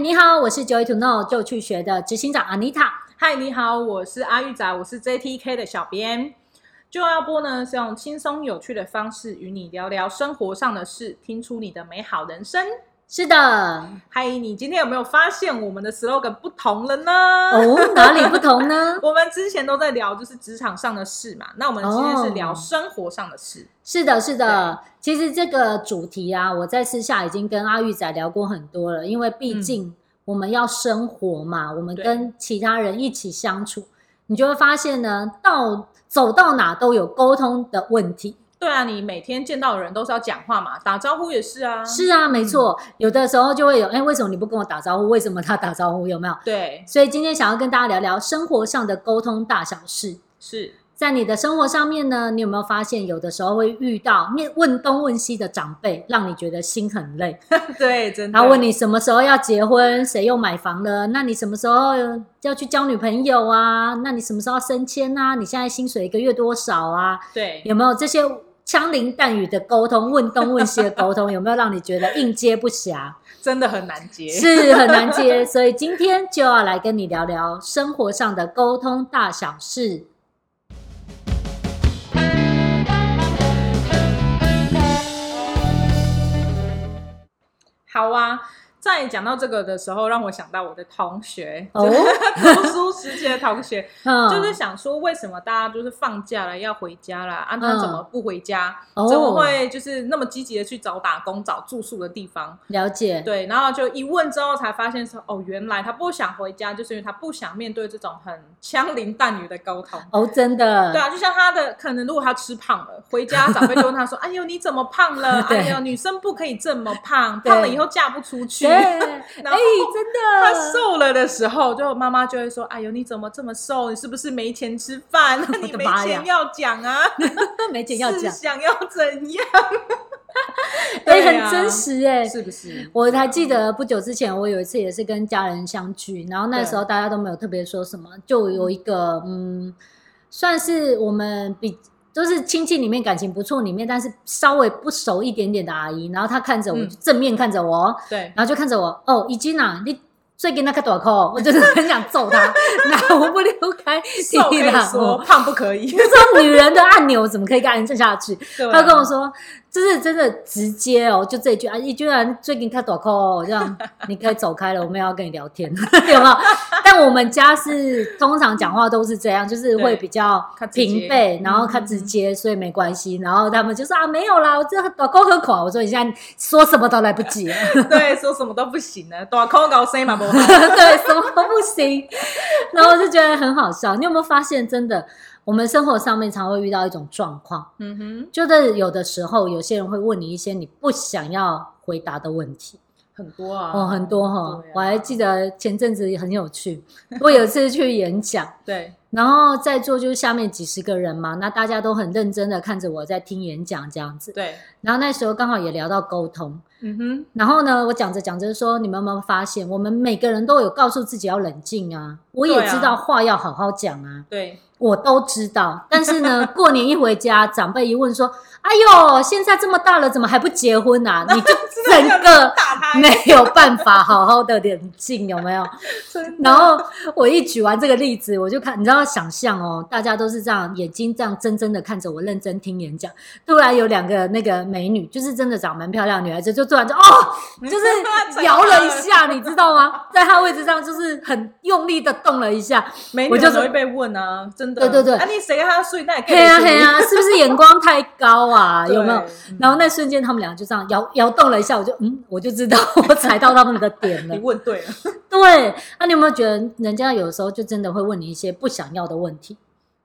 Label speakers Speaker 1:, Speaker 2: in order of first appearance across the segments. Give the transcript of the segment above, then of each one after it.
Speaker 1: 你好，我是 Joy to Know 就去学的执行长 Anita。
Speaker 2: 嗨，你好，我是阿玉仔，我是 JTK 的小编。就要播呢是用轻松有趣的方式与你聊聊生活上的事，听出你的美好人生。
Speaker 1: 是的，哦
Speaker 2: 嗨，你今天有没有发现我们的 slogan 不同了呢？
Speaker 1: 哦，哪里不同呢？
Speaker 2: 我们之前都在聊就是职场上的事嘛，那我们今天是聊生活上的事。
Speaker 1: 是的，是的。其实这个主题啊，我在私下已经跟阿玉仔聊过很多了，因为毕竟我们要生活嘛，我们
Speaker 2: 嗯对
Speaker 1: 跟其他人一起相处，你就会发现呢，到走到哪都有沟通的问题。
Speaker 2: 对啊，你每天见到的人都是要讲话嘛，打招呼也是啊。，
Speaker 1: 是啊，没错，有的时候就会有，哎，为什么你不跟我打招呼？为什么他打招呼？有没有？
Speaker 2: 对，
Speaker 1: 所以今天想要跟大家聊聊生活上的沟通大小事。
Speaker 2: 是，
Speaker 1: 在你的生活上面呢，你有没有发现，有的时候会遇到面问东问西的长辈，让你觉得心很累。
Speaker 2: 对，真的。
Speaker 1: 他问你什么时候要结婚，谁又买房了？那你什么时候要去交女朋友啊？那你什么时候要升迁啊？你现在薪水一个月多少啊？
Speaker 2: 对，
Speaker 1: 有没有这些枪林弹雨的沟通，问东问西的沟 通，有没有让你觉得应接不暇？
Speaker 2: 真的很难接。
Speaker 1: 是很难接，所以今天就要来跟你聊聊生活上的沟通大小事。
Speaker 2: 好啊，在讲到这个的时候，让我想到我的同学，
Speaker 1: 哦
Speaker 2: 就是 读书时期的同学，
Speaker 1: 嗯，
Speaker 2: 就是想说，为什么大家就是放假了要回家啦？啊，他
Speaker 1: 嗯
Speaker 2: 怎么不回家？
Speaker 1: 哦
Speaker 2: 怎么会就是那么积极的去找打工、找住宿的地方？
Speaker 1: 了解，
Speaker 2: 对，然后就一问之后才发现说，哦，原来他不想回家，就是因为他不想面对这种很枪林弹雨的沟通。
Speaker 1: 哦，真的，
Speaker 2: 对啊，就像他的可能，如果他吃胖了，回家长辈就问他 说：“哎呦，你怎么胖了？
Speaker 1: 对
Speaker 2: 哎呦，女生不可以这么胖，
Speaker 1: 对
Speaker 2: 胖了以后嫁不出去。
Speaker 1: 对，” 哎、
Speaker 2: 然后
Speaker 1: 真
Speaker 2: 他
Speaker 1: 的，
Speaker 2: 瘦了的时候，就妈妈就会说：“哎呦，你怎么这么瘦？你是不是没钱吃 饭？那你
Speaker 1: 我的
Speaker 2: 没
Speaker 1: 妈呀
Speaker 2: 钱要讲啊，
Speaker 1: 没钱要
Speaker 2: 是
Speaker 1: 讲，
Speaker 2: 想要怎样？
Speaker 1: 哎、
Speaker 2: 对啊
Speaker 1: 很真实哎、
Speaker 2: 是嗯不是？
Speaker 1: 我还记得不久之前，我有一次也是跟家人相聚，然后那时候大家都没有特别说什么，就有一个嗯，算是我们比就是亲戚里面感情不错里面，但是稍微不熟一点点的阿姨，然后她看着我，
Speaker 2: 嗯
Speaker 1: 就正面看着我哦，
Speaker 2: 对，
Speaker 1: 然后就看着我，哦，已经啊，你最近那个短扣，我就是很想揍 她，哪我不离开，
Speaker 2: 瘦可以说，
Speaker 1: 说，
Speaker 2: 胖不 可以。
Speaker 1: 这女人的按钮怎么可以给按下去？
Speaker 2: 对啊
Speaker 1: 他跟我说，就是真的直接哦，就这一句啊，你居然最近开短扣哦，这 样你可以走开了，我没有要跟你聊天， 有没有？但我们家是通常讲话都是这样，就是会
Speaker 2: 对
Speaker 1: 比较
Speaker 2: 较直接嗯
Speaker 1: 平辈，然后他直接，所以没关系。然后他们就说啊，没有啦，我这短扣喝口啊，我说你现在说什么都来不及了，
Speaker 2: 对，说什么都不行了，短口搞声嘛不好。
Speaker 1: 对，什么都不行。然后我就觉得很好笑，你有没有发现，真的？我们生活上面常会遇到一种状况，
Speaker 2: 嗯哼，
Speaker 1: 就是有的时候有些人会问你一些你不想要回答的问题，
Speaker 2: 很多啊，
Speaker 1: 哦，很多哈、
Speaker 2: 对啊
Speaker 1: 我还记得前阵子也很有趣，我有一次去演讲，
Speaker 2: 对，
Speaker 1: 然后在座就是下面几十个人嘛，那大家都很认真的看着我在听演讲这样子，
Speaker 2: 对，
Speaker 1: 然后那时候刚好也聊到沟通，
Speaker 2: 嗯哼，
Speaker 1: 然后呢，我讲着讲着说，你们有没有发现，我们每个人都有告诉自己要冷静啊，我也
Speaker 2: 对啊
Speaker 1: 知道话要好好讲啊，
Speaker 2: 对，
Speaker 1: 我都知道，但是呢，过年一回家，长辈一问说：“哎呦，现在这么大了，怎么还不结婚啊？”你就整个
Speaker 2: 打他，
Speaker 1: 没有办法好好的冷静，有没有？
Speaker 2: 真的
Speaker 1: 然后我一举完这个例子，我就看，你知道，想象哦，大家都是这样，眼睛这样睁睁的看着我，认真听演讲。突然有两个那个美女，就是真的长蛮漂亮的女孩子，就突然就哦，就是摇了一下，你知道吗？在她位置上就是很用力的动了一下，
Speaker 2: 美
Speaker 1: 我
Speaker 2: 女
Speaker 1: 就
Speaker 2: 很
Speaker 1: 是
Speaker 2: 容易被问啊，真的。
Speaker 1: 对对对
Speaker 2: 啊，你谁跟他睡？那也可以
Speaker 1: 嘿呀
Speaker 2: 睡
Speaker 1: 嘿，呀，是不是眼光太高啊？
Speaker 2: 对
Speaker 1: 有没有？？
Speaker 2: 嗯
Speaker 1: 然后那瞬间他们俩就这样摇摇动了一下，我就嗯，我就知道我踩到他们的点 了
Speaker 2: 你。问对了，
Speaker 1: 对，那、你有没有觉得人家有时候就真的会问你一些不想要的问题？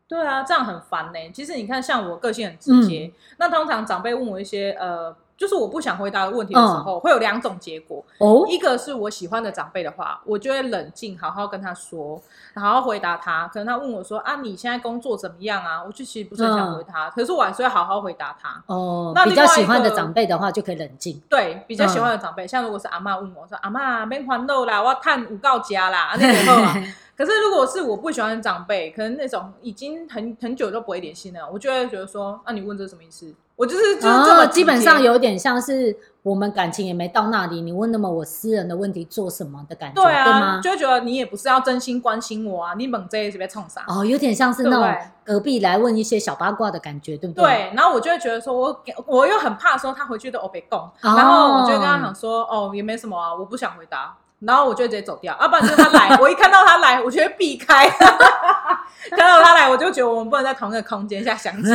Speaker 2: 对啊，这样很烦呢。其实你看，像我个性很直接，那通常长辈问我一些呃。就是我不想回答的问题的时候，会有两种结果。
Speaker 1: 哦，
Speaker 2: 一个是我喜欢的长辈的话，我就会冷静，好好跟他说，好好回答他。可能他问我说：“啊，你现在工作怎么样啊？”我就其实不是很想回他，可是我还是会好好回答他。
Speaker 1: 哦，
Speaker 2: 那
Speaker 1: 比
Speaker 2: 另
Speaker 1: 较
Speaker 2: 外
Speaker 1: 喜
Speaker 2: 一
Speaker 1: 欢的
Speaker 2: 个
Speaker 1: 长辈的话就可以冷 静。
Speaker 2: 对，比较喜欢 的长辈，像如果是阿嬷问我说：“阿嬷，免烦恼啦，我趁有够食啦，安尼就好啊。”可是如果是我不喜欢的长辈，可能那种已经很很久都不会联系那种，我就会觉得说，啊那、你问这什么意思？我就是就是这么
Speaker 1: 哦，
Speaker 2: 直接、
Speaker 1: 基本上有点像是我们感情也没到那里，你问那么我私人的问题做什么的感觉，
Speaker 2: 对
Speaker 1: 对
Speaker 2: 啊，
Speaker 1: 吗？
Speaker 2: 就会觉得你也不是要真心关心我啊，你猛这随便冲啥？
Speaker 1: 哦，有点像是那
Speaker 2: 对不
Speaker 1: 种
Speaker 2: 对
Speaker 1: 隔壁来问一些小八卦的感觉，对不对？
Speaker 2: 对，然后我就会觉得说我给，我又很怕说他回去都欧北贡，
Speaker 1: 哦
Speaker 2: 然后我就跟他讲说，哦，也没什么啊，我不想回答，然后我就直接走掉，啊要、不然就是他来，我一看到他来，我就会避开， 看到他来，我就觉得我们不能在同一个空间下相处，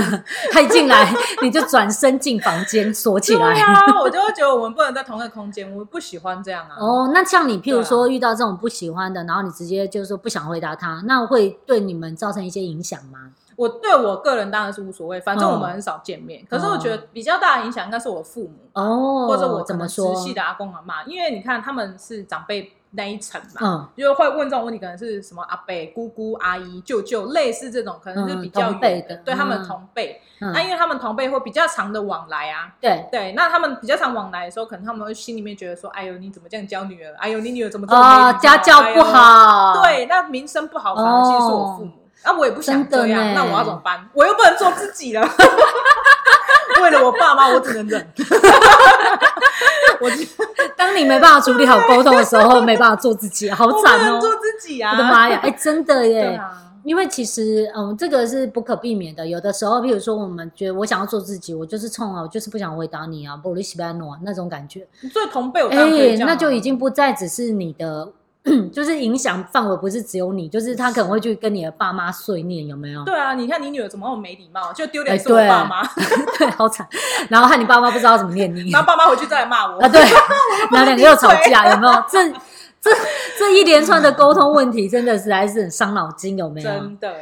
Speaker 1: 他一进来你就转身进房间锁起
Speaker 2: 对
Speaker 1: 来。
Speaker 2: 啊，我就会觉得我们不能在同一个空间，我不喜欢这样啊。
Speaker 1: 哦，那像你，譬
Speaker 2: 对
Speaker 1: 如
Speaker 2: 啊
Speaker 1: 说遇到这种不喜欢的，然后你直接就是说不想回答他，那会对你们造成一些影响吗？
Speaker 2: 我对我个人当然是无所谓，反
Speaker 1: 哦
Speaker 2: 正我们很少见面，可是我觉得比较大的影响应该是我父母。
Speaker 1: 哦，
Speaker 2: 或者我可
Speaker 1: 怎
Speaker 2: 能
Speaker 1: 么说
Speaker 2: 直？系的阿公阿妈，因为你看他们是长辈那一层嘛，
Speaker 1: 嗯
Speaker 2: 就会问这种问题，可能是什么阿伯、姑姑、阿姨、舅舅，类似这种，可能是比较
Speaker 1: 嗯同辈
Speaker 2: 远
Speaker 1: 的
Speaker 2: 对他们
Speaker 1: 嗯
Speaker 2: 同辈。那、
Speaker 1: 嗯，
Speaker 2: 因为他们同辈会比较长的往来啊，
Speaker 1: 对。
Speaker 2: 对，那他们比较常往来的时候，可能他们会心里面觉得说，哎呦，你怎么这样教女儿？哎呦，你女儿怎么这么没
Speaker 1: 哦，
Speaker 2: 礼貌
Speaker 1: 家教不、
Speaker 2: 哎
Speaker 1: 好。
Speaker 2: 呦。对，那名声不好，反而其实是我父母。那、我也不想这
Speaker 1: 哦真的
Speaker 2: 样
Speaker 1: 呢，
Speaker 2: 那我要怎么办？我又不能做自己了。 为了我爸妈，我只能忍。 我只
Speaker 1: 当你没办法处理好沟通的时候，没办法做自己，好
Speaker 2: 我不
Speaker 1: 惨
Speaker 2: 能
Speaker 1: 哦！
Speaker 2: 做自己啊！
Speaker 1: 我的妈呀，哎，真的
Speaker 2: 对
Speaker 1: 耶！
Speaker 2: 啊，
Speaker 1: 因为其实，嗯，这个是不可避免的。有的时候，譬如说，我们觉得我想要做自己，我就是冲啊，我就是不想回答你啊，不如西班诺那种感觉。
Speaker 2: 所以同辈 我
Speaker 1: 哎、
Speaker 2: 当然可以这样啊
Speaker 1: 那就已经不再只是你的， 就是影响范围不是只有你，就是他可能会去跟你的爸妈碎念，有没有？
Speaker 2: 对啊。你看你女儿怎么那么没礼貌，就丢脸
Speaker 1: 哎
Speaker 2: 是我
Speaker 1: 对
Speaker 2: 爸妈，
Speaker 1: 对，好惨。然后害你爸妈不知道怎么念你
Speaker 2: 然
Speaker 1: 啊，
Speaker 2: 后爸妈回去再来骂我。
Speaker 1: 对，然后两个又吵架，有没有？这这这一连串的沟通问题，真的实在是很伤脑筋，有没有？
Speaker 2: 真的，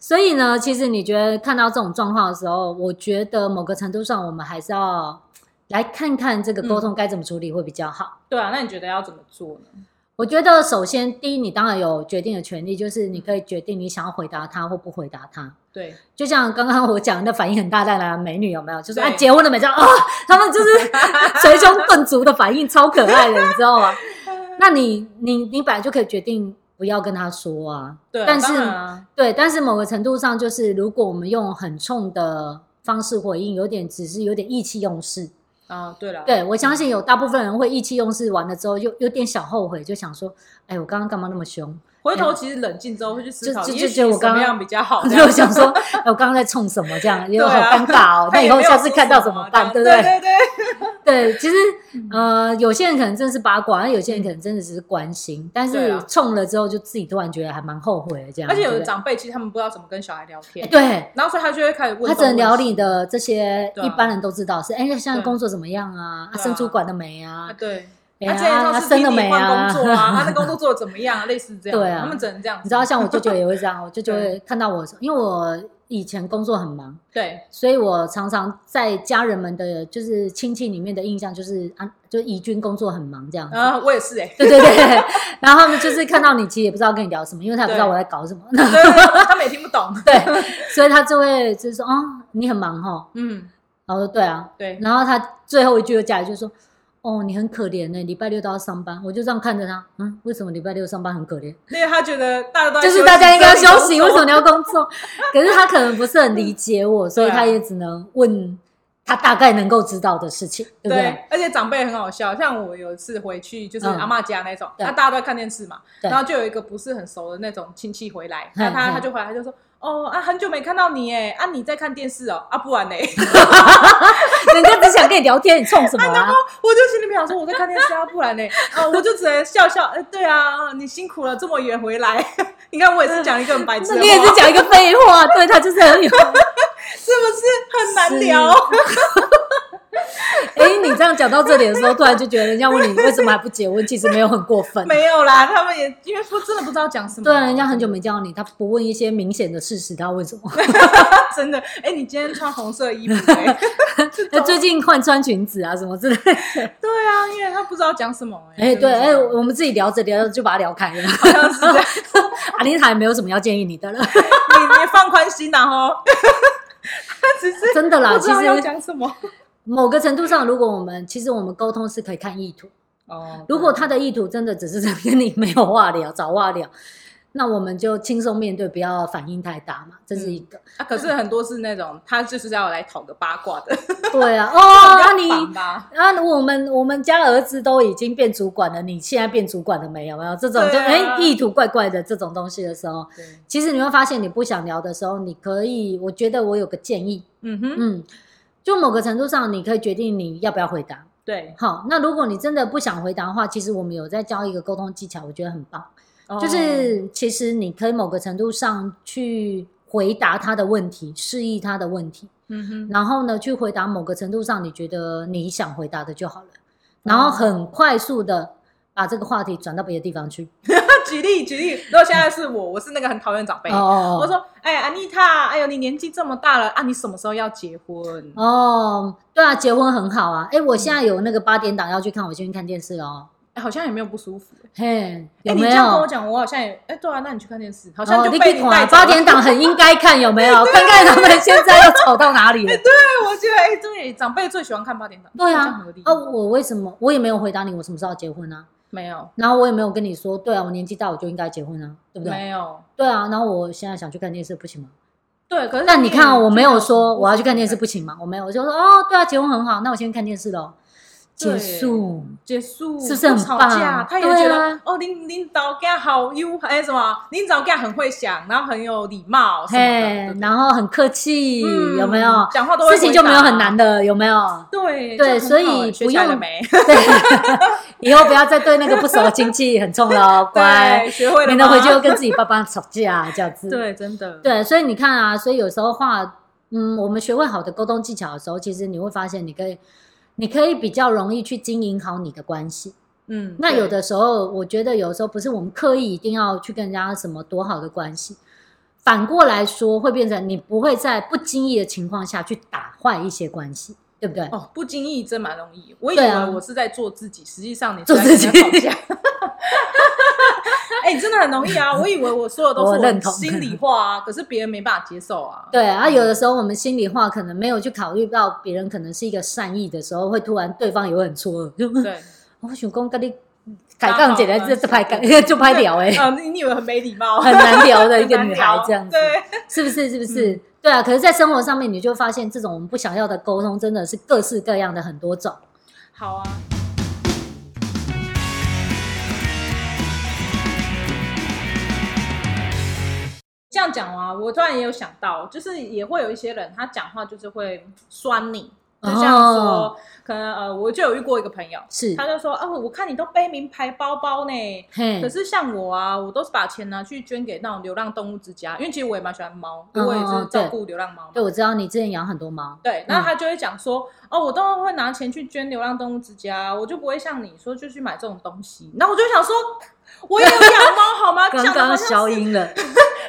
Speaker 1: 所以呢，其实你觉得看到这种状况的时候，我觉得某个程度上，我们还是要来看看这个
Speaker 2: 嗯
Speaker 1: 沟通该怎么处理会比较好。
Speaker 2: 对啊。那你觉得要怎么做呢？
Speaker 1: 我觉得首先，第一，你当然有决定的权利，就是你可以决定你想要回答他或不回答他。
Speaker 2: 对，
Speaker 1: 就像刚刚我讲的，反应很大胆的美女有没有？就是
Speaker 2: 对
Speaker 1: 啊，结婚了没这样啊、他们就是 捶胸顿足的反应，超可爱的，你知道吗？那你你你本来就可以决定不要跟他说啊。
Speaker 2: 对啊。
Speaker 1: 但是
Speaker 2: 当然啊
Speaker 1: 对，但是某个程度上，就是如果我们用很冲的方式回应，有点只是有点意气用事。
Speaker 2: 啊，对了，
Speaker 1: 对，我相信有大部分人会意气用事，完了之后又有点小后悔，就想说，哎，我刚刚干嘛那么凶？
Speaker 2: 回头其实冷静之后会去思考，
Speaker 1: 哎就就
Speaker 2: 也
Speaker 1: 就
Speaker 2: 许
Speaker 1: 觉
Speaker 2: 什
Speaker 1: 得我刚
Speaker 2: 么样比 较好。这样
Speaker 1: 就想说，哎，我刚刚在冲什么？这样也
Speaker 2: 对
Speaker 1: 好
Speaker 2: 啊
Speaker 1: 尴尬哦。
Speaker 2: 他
Speaker 1: 那以
Speaker 2: 也
Speaker 1: 后
Speaker 2: 没有
Speaker 1: 下次
Speaker 2: 说
Speaker 1: 看到
Speaker 2: 什
Speaker 1: 怎么办，
Speaker 2: 对
Speaker 1: 对不对？
Speaker 2: 对对，嗯
Speaker 1: 对，其实呃，有些人可能真的是八卦，那有些人可能真的只是关心，但
Speaker 2: 对
Speaker 1: 是
Speaker 2: 啊
Speaker 1: 冲了之后，就自己突然觉得还蛮后悔的这样。
Speaker 2: 而且有
Speaker 1: 对
Speaker 2: 的
Speaker 1: 不对
Speaker 2: 长辈其实他们不知道怎么跟小孩聊
Speaker 1: 哎
Speaker 2: 天，
Speaker 1: 对。
Speaker 2: 然后所以他就会开始问东
Speaker 1: 他
Speaker 2: 问西。
Speaker 1: 只能聊你的这些
Speaker 2: 对啊
Speaker 1: 一般人都知道是，哎，那现在
Speaker 2: 对
Speaker 1: 工作怎么样啊？啊
Speaker 2: 对啊
Speaker 1: 升主管了没啊
Speaker 2: 啊，？对。
Speaker 1: 哎
Speaker 2: 他
Speaker 1: 呀
Speaker 2: 之前
Speaker 1: 啊
Speaker 2: 上
Speaker 1: 升
Speaker 2: 次
Speaker 1: 了
Speaker 2: 听
Speaker 1: 没
Speaker 2: 你换工作啊，他
Speaker 1: 啊？
Speaker 2: 那工作做的怎么样啊？类似这样，
Speaker 1: 对啊
Speaker 2: 他们只能这样子。
Speaker 1: 你知道，像我舅舅也会这样，我舅舅
Speaker 2: 对
Speaker 1: 会看到我，因为我以前工作很忙，
Speaker 2: 对
Speaker 1: 所以我常常在家人们的就是亲戚里面的印象就是啊，就宜君工作很忙这样子。
Speaker 2: 啊，我也是哎、欸，
Speaker 1: 对对对，然后他们就是看到你，其实也不知道跟你聊什么，因为他也不知道
Speaker 2: 对
Speaker 1: 我在搞什么，
Speaker 2: 对对对他们也听不懂。
Speaker 1: 所以他就会就是说，哦，你很忙哈，
Speaker 2: 嗯，
Speaker 1: 然后我说对啊，
Speaker 2: 对，
Speaker 1: 然后他最后一句又加一句说，哦，你很可怜呢、礼拜六都要上班，我就这样看着他，嗯，为什么礼拜六上班很可 怜？
Speaker 2: 因为他觉得大家都在
Speaker 1: 就是大家应该要休息，为什么
Speaker 2: 么？
Speaker 1: 你要工作？ 可是他可能不是很理解我，所以
Speaker 2: 对啊
Speaker 1: 他也只能问他大概能够知道的事情，对不对？
Speaker 2: 对，而且长辈很好笑，像我有一次回去就是
Speaker 1: 嗯
Speaker 2: 阿嬷家那种，
Speaker 1: 对
Speaker 2: 那、大家都在看电视嘛，
Speaker 1: 对
Speaker 2: 然后就有一个不是很熟的那种亲戚回来，
Speaker 1: 嗯
Speaker 2: 那他
Speaker 1: 嗯
Speaker 2: 他就回来他就说。哦啊，很久没看到你哎，啊你在看电视哦，啊不然呢？
Speaker 1: 人家只想跟你聊天，你冲什么啊？
Speaker 2: 我就心里面想说我在看电视啊，不然呢？啊我就只能笑笑，呃对啊，你辛苦了这么远回来， 你看我也是讲一个很白痴的
Speaker 1: 那你
Speaker 2: 话，
Speaker 1: 也是讲一个废话， 对他就是很有。
Speaker 2: 是不是很难聊？
Speaker 1: 哎、你这样讲到这里的时候，突然就觉得人家问你为什么还不结婚，其实没有很过分。
Speaker 2: 没有啦，他们也因为不真的不知道讲什么，
Speaker 1: 对啊，人家很久没见到你，他不问一些明显的事实，他问什 么？
Speaker 2: 真的，哎、你今天穿红色衣服、欸，
Speaker 1: 那最近换穿裙子啊，什么之类的。
Speaker 2: 对啊，因为他不知道讲什么、
Speaker 1: 哎、
Speaker 2: 欸，真的
Speaker 1: 对，
Speaker 2: 是
Speaker 1: 哎、 我们自己聊着聊着就把它聊开了。
Speaker 2: 好像是这样，
Speaker 1: 阿丽塔也没有什么要建议你的了，
Speaker 2: 你你放宽心然后他 只是
Speaker 1: 真的啦。
Speaker 2: 不
Speaker 1: 其
Speaker 2: 知道要
Speaker 1: 实
Speaker 2: 讲什么。
Speaker 1: 某个程度上，如果我们其实我们沟通是可以看意图，
Speaker 2: 哦
Speaker 1: 如果他的意图真的只是想跟你没有话聊，找话聊，那我们就轻松面对，不要反应太大嘛，这是一个。
Speaker 2: 啊，可是很多是那种他就是要来讨个八卦 的，
Speaker 1: 对 啊，哦，然后你
Speaker 2: 比较烦吧，
Speaker 1: 然后我们我们家儿子都已经变主管了，你现在变主管了没有？没有这种就
Speaker 2: 对啊
Speaker 1: 哎、意图怪怪的这种东西的时候，
Speaker 2: 对，
Speaker 1: 其实你会发现你不想聊的时候，你可以，我觉得我有个建议，
Speaker 2: 嗯哼，
Speaker 1: 嗯，就某个程度上你可以决定你要不要回答。
Speaker 2: 对，
Speaker 1: 好，那如果你真的不想回答的话，其实我们有在教一个沟通技巧，我觉得很棒，
Speaker 2: 哦
Speaker 1: 就是其实你可以某个程度上去回答他的问题，示意他的问题。
Speaker 2: 嗯哼，
Speaker 1: 然后呢，去回答某个程度上你觉得你想回答的就好了，然
Speaker 2: 哦
Speaker 1: 后很快速的把这个话题转到别的地方去。
Speaker 2: 那举例举例，如果现在是我，我是那个很讨厌长辈，
Speaker 1: 哦
Speaker 2: 我说，哎，安妮塔，哎呦，你年纪这么大了啊，你什么时候要结婚？
Speaker 1: 哦，对啊，结婚很好啊。哎，
Speaker 2: 嗯
Speaker 1: 我现在有那个八点档要去看，我先去看电视了哦。
Speaker 2: 哎，好像也没有不舒服。
Speaker 1: 嘿，
Speaker 2: 哎，
Speaker 1: 有
Speaker 2: 你
Speaker 1: 没有？
Speaker 2: 这样跟我讲，我好像也，哎，对啊，那你去看电视，好像
Speaker 1: 哦
Speaker 2: 就
Speaker 1: 你
Speaker 2: 被
Speaker 1: 去
Speaker 2: 你
Speaker 1: 看
Speaker 2: 带走
Speaker 1: 八
Speaker 2: 了。啊
Speaker 1: 点档很应该看，有没 有？看看他们现在要吵到哪里了。
Speaker 2: 对，我觉得，哎，对，长辈最喜欢看八点档，
Speaker 1: 对
Speaker 2: 这样
Speaker 1: 啊
Speaker 2: 合理，
Speaker 1: 啊，我为什么我也没有回答你，我什么时候要结婚啊？
Speaker 2: 没有，
Speaker 1: 然后我也没有跟你说，对啊，我年纪大我就应该结婚啊，对不对？
Speaker 2: 没有，
Speaker 1: 对啊，然后我现在想去看电视，不行吗？
Speaker 2: 对，可是
Speaker 1: 但你看啊，
Speaker 2: 也
Speaker 1: 我没有说
Speaker 2: 不
Speaker 1: 我要去看电视
Speaker 2: 舒
Speaker 1: 不行吗？我没有，我就说哦，对啊，结婚很好，那我先看电视喽。结
Speaker 2: 对
Speaker 1: 束，
Speaker 2: 服结束，
Speaker 1: 是不是很
Speaker 2: 吵
Speaker 1: 棒
Speaker 2: 架，他也
Speaker 1: 对
Speaker 2: 觉得、
Speaker 1: 啊
Speaker 2: 哦，领领导家好优，哎什么，领导家很会想，然后很有礼貌什么
Speaker 1: 嘿
Speaker 2: 的，，
Speaker 1: 然后很客气，
Speaker 2: 嗯
Speaker 1: 有没有？
Speaker 2: 讲话都会
Speaker 1: 事情就没有很难
Speaker 2: 的，
Speaker 1: 的，有没有？
Speaker 2: 对
Speaker 1: 对
Speaker 2: 就很好
Speaker 1: 所以
Speaker 2: 学
Speaker 1: 不
Speaker 2: 起来
Speaker 1: 用
Speaker 2: 了没，
Speaker 1: 对，以后不要再对那个不熟的亲戚很冲了哦，乖
Speaker 2: 对，，学会了
Speaker 1: 免
Speaker 2: 吗
Speaker 1: 得回去又跟自己爸爸吵架这样子。
Speaker 2: 对，真的，
Speaker 1: 对，所以你看啊，所以有时候话，嗯，我们学会好的沟通技巧的时候，其实你会发现，你可以，你可以比较容易去经营好你的关系。
Speaker 2: 嗯，
Speaker 1: 那
Speaker 2: 对
Speaker 1: 有的时候，我觉得有时候不是我们刻意一定要去跟人家什么多好的关系，反过来说会变成你不会在不经意的情况下去打坏一些关系，对不对？
Speaker 2: 哦，不经意真蛮容易。我以
Speaker 1: 对
Speaker 2: 为
Speaker 1: 啊
Speaker 2: 我是在做自己，实际上你是
Speaker 1: 做
Speaker 2: 在
Speaker 1: 自己
Speaker 2: 跟他吵架。 哎、你真的很容易啊！我以为我说的都
Speaker 1: 我
Speaker 2: 是
Speaker 1: 认
Speaker 2: 我
Speaker 1: 同
Speaker 2: 心里话啊，可是别人没办法接受啊。
Speaker 1: 对啊，有的时候我们心里话可能没有去考虑到别人可能是一个善意的时候，会突然对方也会很错 愕，就
Speaker 2: 对，
Speaker 1: 我想讲跟你改杠姐来这这排杠 就拍聊哎、
Speaker 2: 啊、你你以为很没礼貌，啊
Speaker 1: 很难聊的一个
Speaker 2: 很
Speaker 1: 女
Speaker 2: 难聊
Speaker 1: 孩这样子。
Speaker 2: 对，嗯
Speaker 1: 是不是？是不是？对啊，可是，在生活上面，你就发现这种我们不想要的沟通，真的是各式各样的很多种。
Speaker 2: 好啊。这样讲啊，我突然也有想到，就是也会有一些人，他讲话就是会酸你，就像说，
Speaker 1: 哦
Speaker 2: 可能呃，我就有遇过一个朋友，
Speaker 1: 是，
Speaker 2: 他就说：“哦，我看你都背名牌包包呢。”
Speaker 1: 嘿
Speaker 2: 可，是像我啊，我都是把钱拿去捐给那种流浪动物之家，因为其实我也蛮喜欢猫，
Speaker 1: 嗯
Speaker 2: 我也
Speaker 1: 嗯
Speaker 2: 是
Speaker 1: 嗯
Speaker 2: 照顾流浪猫嘛。
Speaker 1: 对，我嗯知道你之前养很多猫，
Speaker 2: 对，然后他就会讲说：“哦，我都会拿钱去捐流浪动物之家，我就不会像你说就去买这种东西。”然后我就想说，我也有养猫好吗？
Speaker 1: 刚
Speaker 2: 讲的好
Speaker 1: 刚
Speaker 2: 像
Speaker 1: 消
Speaker 2: 是
Speaker 1: 音了，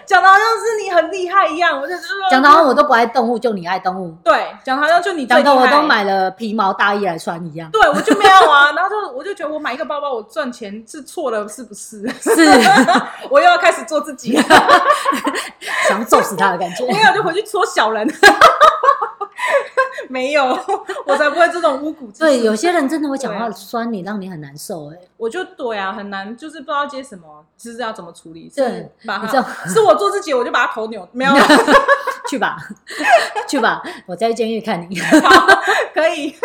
Speaker 2: 讲的好像是你很厉害一样，我就说
Speaker 1: 讲到我都不爱动物，就你爱动物，
Speaker 2: 对，讲得好像就你最
Speaker 1: 讲
Speaker 2: 厉
Speaker 1: 到我
Speaker 2: 害。。
Speaker 1: 都买了皮毛大衣来穿一样
Speaker 2: 对，我就没有啊，然后就我就觉得我买一个包包，我赚钱是错了，是不是？
Speaker 1: 是
Speaker 2: 我又要开始做自己了。
Speaker 1: 想要揍死他的感 觉
Speaker 2: 没，有就回去戳小 人，没有，我才不会这种巫蛊之事。
Speaker 1: 对，有些人真的会讲话
Speaker 2: 对
Speaker 1: 酸你，让你很难受。哎，
Speaker 2: 我就对啊，很难，就是不知道接什么，就是要怎么处理。
Speaker 1: 对
Speaker 2: 是把
Speaker 1: 你知道
Speaker 2: 它，是我做自己，我就把它头扭， 没有
Speaker 1: 去吧， 去吧，我在监狱看你。
Speaker 2: 可以。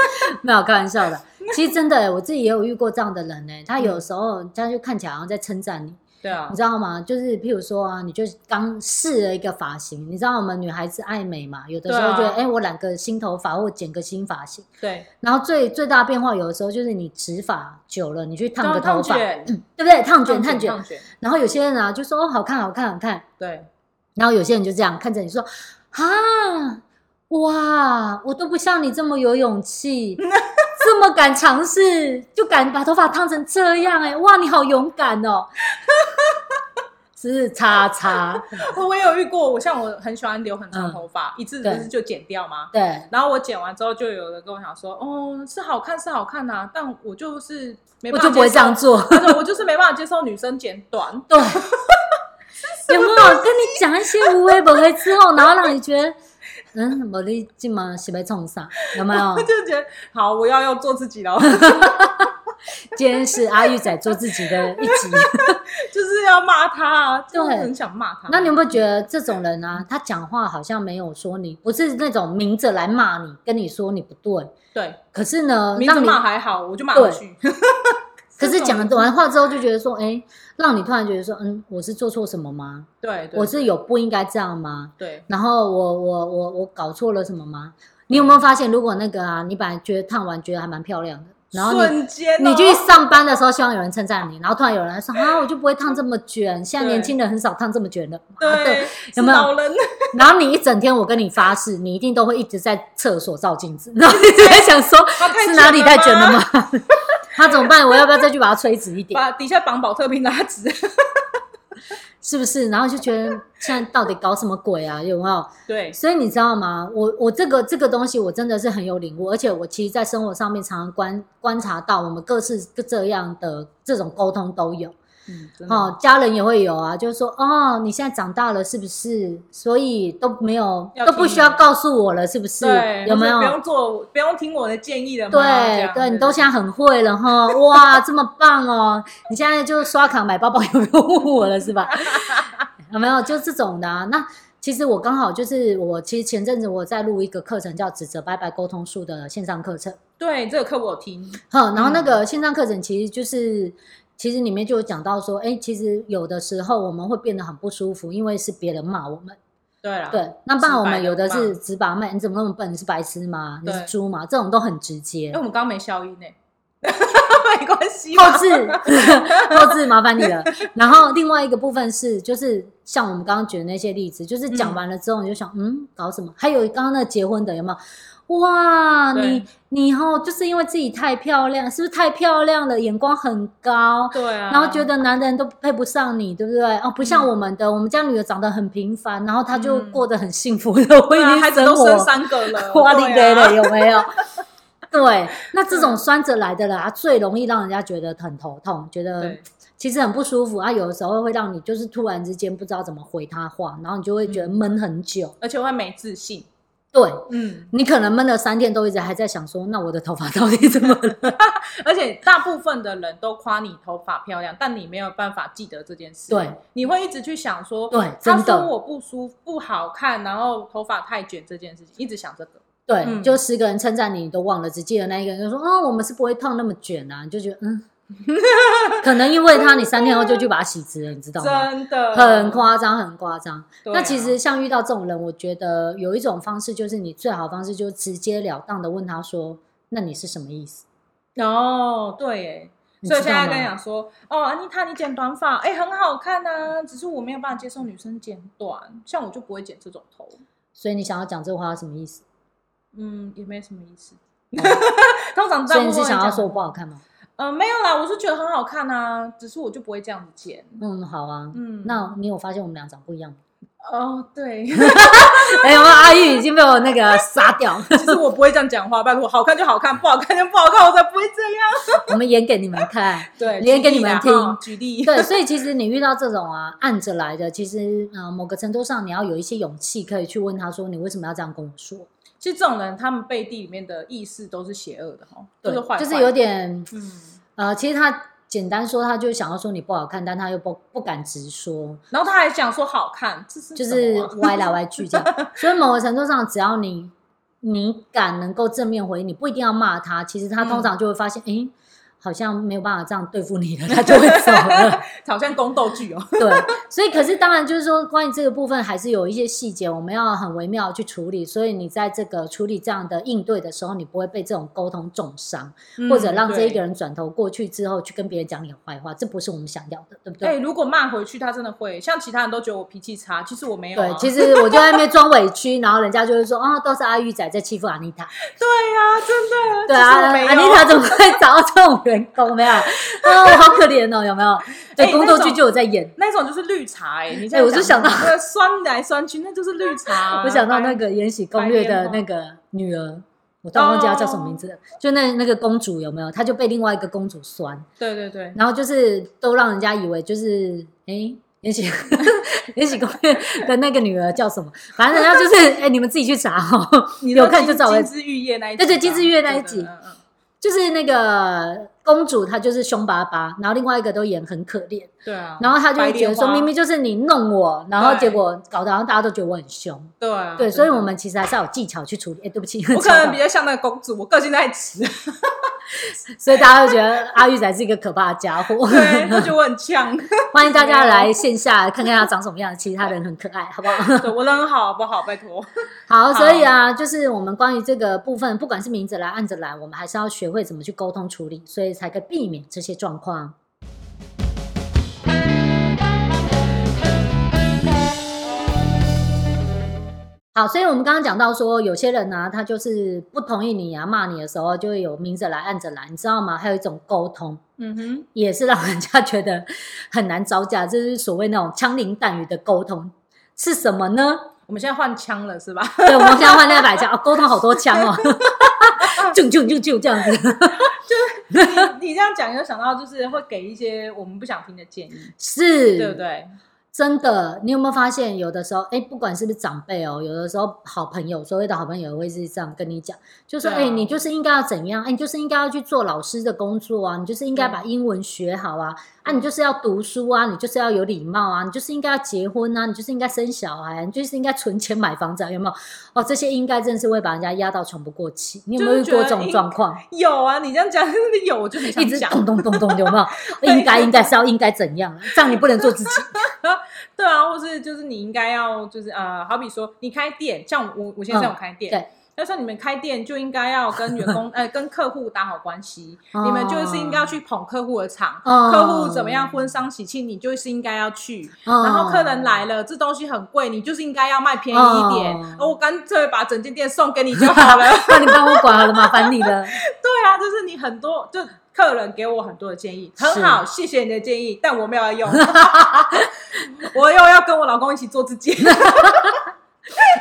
Speaker 1: 没有开玩笑的，其实真的、欸我自己也有遇过这样的人呢、他有时候他就看起来好像在称赞你，
Speaker 2: 对啊
Speaker 1: 你，知道吗？就是譬如说啊，你就刚试了一个发型，你知道我们女孩子爱美嘛，有的时候觉
Speaker 2: 对
Speaker 1: 得
Speaker 2: 啊
Speaker 1: 哎、诶我染个新头发或剪个新发型，
Speaker 2: 对，
Speaker 1: 然后最最大的变化有的时候就是你直发久了，你去烫个
Speaker 2: 烫
Speaker 1: 头发，
Speaker 2: 烫
Speaker 1: 对
Speaker 2: 卷，烫
Speaker 1: 不对？烫卷烫卷
Speaker 2: 烫，卷，
Speaker 1: 然后有些人啊就说哦好看好看好看，
Speaker 2: 对，
Speaker 1: 然后有些人就这样看着你说啊。哇，我都不像你这么有勇 气，这么敢尝试，就敢把头发烫成这样、哎，哇，你好勇敢哦！ 是叉叉，
Speaker 2: 我也有遇过，我像我很喜欢留很长头发，一次不是就剪掉吗？
Speaker 1: 对，
Speaker 2: 然后我剪完之后，就有人跟我讲说，哦，是好看是好看呐、啊，但我就是没
Speaker 1: 我
Speaker 2: 办法，
Speaker 1: 就不会这样。做。
Speaker 2: 他说我 就是没办法接受女生剪短，
Speaker 1: 对，有没有跟你讲一些无微不微之后，然后让你觉得，嗯，我你今嘛是被冲上，有没有？
Speaker 2: 就觉得好，我要要做自己了。
Speaker 1: 今天是阿玉仔做自己的一集。
Speaker 2: 就是要骂他啊，就
Speaker 1: 对
Speaker 2: 很想骂他。
Speaker 1: 那你有没有觉得这种人
Speaker 2: 嗯
Speaker 1: 啊，他讲话好像没有说你，不是那种明着来骂你，跟你说你不对，
Speaker 2: 对
Speaker 1: 可是呢，
Speaker 2: 明着
Speaker 1: 让你
Speaker 2: 骂还好，我就骂回去。
Speaker 1: 可是讲
Speaker 2: 这种
Speaker 1: 完话之后就觉得说，哎、让你突然觉得说，嗯，我是做错什么吗？
Speaker 2: 对，对
Speaker 1: 我是有不应该这样吗？
Speaker 2: 对
Speaker 1: 然后我我我我搞错了什么吗？你有没有发现，如果那个啊，你本来觉得烫完觉得还蛮漂亮的，然后你
Speaker 2: 瞬间哦
Speaker 1: 你去上班的时候，希望有人称赞你，然后突然有人说啊，我就不会烫这么卷，现在
Speaker 2: 对
Speaker 1: 年轻人很少烫这么卷的。啊妈的
Speaker 2: 对，
Speaker 1: 有没有
Speaker 2: 是老人
Speaker 1: 然后你一整天，我跟你发誓，你一定都会一直在厕所照镜子，然后一直在想说
Speaker 2: 他太
Speaker 1: 是哪里太卷了
Speaker 2: 吗？
Speaker 1: 吗？他怎么办？我要不要再去把它吹直一点？
Speaker 2: 把底下绑保特瓶拉直。
Speaker 1: 是不是？然后就觉得现在到底搞什么鬼啊？有没有？
Speaker 2: 对
Speaker 1: 所以你知道吗？我我这个这个东西，我真的是很有领悟，而且我其实，在生活上面常常观观察到，我们各式这样的这种沟通都有。
Speaker 2: 嗯，真的
Speaker 1: 哦，家人也会有啊，就是说，哦，你现在长大了是不是？所以都没有
Speaker 2: 要
Speaker 1: 都不
Speaker 2: 听
Speaker 1: 需要
Speaker 2: 你
Speaker 1: 告诉我了，是不是
Speaker 2: 对，？
Speaker 1: 有没有
Speaker 2: 他？说不用做，不用听我的建议了吗？这
Speaker 1: 对
Speaker 2: 样
Speaker 1: 对，你都现在很会了哈，哇，这么棒哦！你现在就刷卡买包 包有用我了是吧？ 有没有？就这种的、啊。那其实我刚好就是我，其实前阵子我在录一个课程叫“指责拜拜沟通术”的线上课程，
Speaker 2: 对这个课我有听，
Speaker 1: 哼，然后
Speaker 2: 嗯
Speaker 1: 那个线上课程其实就是。其实里面就有讲到说，哎，其实有的时候我们会变得很不舒服，因为是别人骂我们。
Speaker 2: 对啦，
Speaker 1: 对，那骂我
Speaker 2: 直白
Speaker 1: 们
Speaker 2: 的
Speaker 1: 有的
Speaker 2: 骂
Speaker 1: 是直白骂，你怎么那么笨？你是白痴吗？你是
Speaker 2: 对
Speaker 1: 猪吗？这种都很直接。
Speaker 2: 因为我们刚刚没消音呢， 没关系吧，
Speaker 1: 后置，后置麻烦你了。然后另外一个部分是，就是像我们刚刚举的那些例子，就是讲完了之后你就想，嗯，搞什么？还有刚刚那结婚的有没有？哇，
Speaker 2: 对
Speaker 1: 你你哦，就是因为自己太漂亮，是不是太漂亮了？眼光很高，
Speaker 2: 对啊，
Speaker 1: 然后觉得男人都配不上你，对不对？哦，不像我们的，我们家女儿长得很平凡，然后她就
Speaker 2: 嗯
Speaker 1: 过得很幸福的 婚
Speaker 2: 对啊
Speaker 1: 姻
Speaker 2: 孩
Speaker 1: 生
Speaker 2: 子都生
Speaker 1: 活。
Speaker 2: 三个了，
Speaker 1: 花里
Speaker 2: 对
Speaker 1: 给
Speaker 2: 啊
Speaker 1: 的有没有？ 嗯对，那这种酸着来的啦，最容易让人家觉得很头痛，觉得
Speaker 2: 对
Speaker 1: 其实很不舒服啊。有的时候会让你就是突然之间不知道怎么回他话，然后你就会觉得闷很久。
Speaker 2: 而且会没自信，
Speaker 1: 对
Speaker 2: 嗯，
Speaker 1: 你可能闷了三天，都一直还在想说，那我的头发到底怎么 了？
Speaker 2: 而且大部分的人都夸你头发漂亮，但你没有办法记得这件事，
Speaker 1: 对，
Speaker 2: 你会一直去想说，
Speaker 1: 对
Speaker 2: 他
Speaker 1: 真的
Speaker 2: 说我不舒服、不好看，然后头发太卷这件事情，一直想这个，
Speaker 1: 对，
Speaker 2: 嗯
Speaker 1: 就十个人称赞你，你都忘了，只记得那一个人就说，嗯，我们是不会烫那么卷啊，你就觉得 嗯，可能因为他，你三天后就去把它洗直了，你知道吗？
Speaker 2: 真的
Speaker 1: 很夸张，很夸张。
Speaker 2: 对啊
Speaker 1: 那其实像遇到这种人，我觉得有一种方式，就是你最好的方式就是直截了当的问他说：“那你是什么意思
Speaker 2: 哦，对耶。？”
Speaker 1: 你
Speaker 2: 所以
Speaker 1: 知
Speaker 2: 现在
Speaker 1: 道
Speaker 2: 跟你
Speaker 1: 吗
Speaker 2: 讲说，哦，安妮塔，你剪短发，哎、很好看呐、只是我没有办法接受女生剪短，像我就不会剪这种头，
Speaker 1: 所以你想要讲这话什么意思？
Speaker 2: 嗯，也没什么意思。 通常
Speaker 1: 哦
Speaker 2: 这
Speaker 1: 所以
Speaker 2: 样
Speaker 1: 你是
Speaker 2: 问
Speaker 1: 想要
Speaker 2: 讲
Speaker 1: 说我不好看吗？
Speaker 2: 呃，没有啦，我是觉得很好看啊，只是我就不会这样子剪。
Speaker 1: 嗯，好啊。
Speaker 2: 嗯，
Speaker 1: 那你有发现我们俩长不一样吗？
Speaker 2: 哦，对，
Speaker 1: 哎，我阿玉已经被我那个杀掉，
Speaker 2: 其实我不会这样讲话，拜托，好看就好看，不好看就不好看，我才不会这样。
Speaker 1: 我们演给你们看。
Speaker 2: 对，
Speaker 1: 连给
Speaker 2: 举
Speaker 1: 你
Speaker 2: 例啦
Speaker 1: 们听
Speaker 2: 哈举例，
Speaker 1: 对，所以其实你遇到这种啊按着来的，其实呃某个程度上你要有一些勇气，可以去问他说你为什么要这样跟我说？
Speaker 2: 其实这种人，他们背地里面的意识都是邪恶的哈，
Speaker 1: 对，
Speaker 2: 是坏坏的，
Speaker 1: 就是有点
Speaker 2: 嗯。
Speaker 1: 呃，其实他简单说，他就想要说你不好看，但他又不不敢直说，
Speaker 2: 然后他还讲说好看，这是
Speaker 1: 就
Speaker 2: 什
Speaker 1: 是
Speaker 2: 么啊
Speaker 1: 歪来歪去这样。所以某个程度上，只要你你敢能够正面回应，你不一定要骂他，其实他
Speaker 2: 嗯
Speaker 1: 通常就会发现，诶，好像没有办法这样对付你了，他就会走了。
Speaker 2: 好像宫斗剧哦。
Speaker 1: 对，所以可是当然就是说，关于这个部分还是有一些细节，我们要很微妙地去处理。所以你在这个处理这样的应对的时候，你不会被这种沟通重伤，
Speaker 2: 嗯
Speaker 1: 或者让这一个
Speaker 2: 人。
Speaker 1: 人转头过去之后去跟别人讲你的坏话，这不是我们想要的，对不对？
Speaker 2: 哎、如果骂回去，他真的会像其他人都觉得我脾气差，其实我没有、啊。
Speaker 1: 对，其实我就在那边装委屈，然后人家就会说，哦，都是阿玉仔在欺负阿妮塔。
Speaker 2: 对呀、真的。
Speaker 1: 对
Speaker 2: 其
Speaker 1: 啊，
Speaker 2: 实我没有
Speaker 1: 阿妮塔怎么会找到这种员工？没有，啊、我好可怜哦，有没有？对，
Speaker 2: 哎
Speaker 1: 宫斗
Speaker 2: 那
Speaker 1: 剧
Speaker 2: 种
Speaker 1: 就有在演。
Speaker 2: 那种就是绿茶哎、你这
Speaker 1: 哎
Speaker 2: 样
Speaker 1: 我就想到
Speaker 2: 那个酸来酸去，那就是绿茶啊、
Speaker 1: 我想到那
Speaker 2: 白哦
Speaker 1: 个《延禧攻略》的那个女儿，我突然忘记她叫什么名字了。就那那个公主有没有？她就被另外一个公主酸，
Speaker 2: 对对对，
Speaker 1: 然后就是都让人家以为就是哎。延禧延禧攻略的那个女儿叫什么？反正人家就是哎、你们自己去查哦。
Speaker 2: 你
Speaker 1: 有看就找
Speaker 2: 金
Speaker 1: 了
Speaker 2: 金枝玉叶那一集吧，
Speaker 1: 对对金枝玉叶那一集
Speaker 2: 对对嗯嗯嗯
Speaker 1: 就是那个公主，她就是凶巴巴，然后另外一个都演很可怜，
Speaker 2: 对啊，
Speaker 1: 然后她就会觉得说，
Speaker 2: 白莲花
Speaker 1: 明明就是你弄我，然后
Speaker 2: 对
Speaker 1: 结果搞得好像大家都觉得我很凶，
Speaker 2: 对啊，
Speaker 1: 对，
Speaker 2: 真
Speaker 1: 所以
Speaker 2: 的
Speaker 1: 我们其实还是要有技巧去处理。哎，对不起，
Speaker 2: 我可能比较像那个公主，我个性太 直，
Speaker 1: 所以大家会觉得阿玉仔是一个可怕的家伙。
Speaker 2: 对，啊就觉得我很呛，
Speaker 1: 欢迎大家来线下看看他长什么样，其实他人很可爱，好不好？
Speaker 2: 对我人很好，好不好？拜托，
Speaker 1: 好，所以啊，就是我们关于这个部分，不管是明着来暗着来，我们还是要学会怎么去沟通处理，所以才可以避免这些状况。好，所以我们刚刚讲到说，有些人呢、啊他就是不同意你啊，骂你的时候，就会有明着来暗着来，你知道吗？还有一种沟通，
Speaker 2: 嗯哼，
Speaker 1: 也是让人家觉得很难招架，这就是所谓那种枪林弹雨的沟通是什么呢？
Speaker 2: 我们现在换枪了 是吧？
Speaker 1: 对，我们现在换那个摆枪，哦，沟通好多枪哦， 就就就就这样子，
Speaker 2: 你这样讲，就想到就是会给一些我们不想听的建议，
Speaker 1: 是，
Speaker 2: 对不？对？
Speaker 1: 真的，你有没有发现，有的时候，哎，不管是不是长辈哦，有的时候好朋友，所谓的好朋友会是这样跟你讲，就说，
Speaker 2: 对啊
Speaker 1: 哎、你就是应该要怎样，哎，你就是应该要去做老师的工作啊，你就是应该把英文学好啊，啊，你就是要读书啊，你就是要有礼貌啊，你就是应该要结婚啊，你就是应该生小孩、啊，你就是应该存钱买房子、啊，有没有？哦，这些应该真的是会把人家压到喘不过气，你有没有遇
Speaker 2: 就是觉
Speaker 1: 过
Speaker 2: 得
Speaker 1: 这种
Speaker 2: 应
Speaker 1: 状况？
Speaker 2: 有啊，你这样讲 真的有，我就很
Speaker 1: 一
Speaker 2: 想
Speaker 1: 直
Speaker 2: 讲。
Speaker 1: 咚咚咚咚，有 没有？应该应该是要应该怎样？这样你不能做自己。
Speaker 2: 对啊，或是就是你应该要就是呃，好比说你开店，像我我先生
Speaker 1: 嗯
Speaker 2: 有开店，
Speaker 1: 对。
Speaker 2: 那时候你们开店就应该要跟员 工呃跟客户打好关系，
Speaker 1: 哦
Speaker 2: 你们就是应该要去捧客户的场，
Speaker 1: 哦
Speaker 2: 客户怎么样婚丧喜庆，你就是应该要去。然
Speaker 1: 然
Speaker 2: 后客人来了，这东西很贵，你就是应该要卖便宜一点。
Speaker 1: 哦
Speaker 2: 而我干脆把整间店送给你就好 了。
Speaker 1: 那你帮我管好了，麻烦你了。
Speaker 2: 对啊，就是你很多就客人给我很多的建议，
Speaker 1: 是
Speaker 2: 很好，谢谢你的建议，但我没有要 用，我又要跟我老公一起做 自己。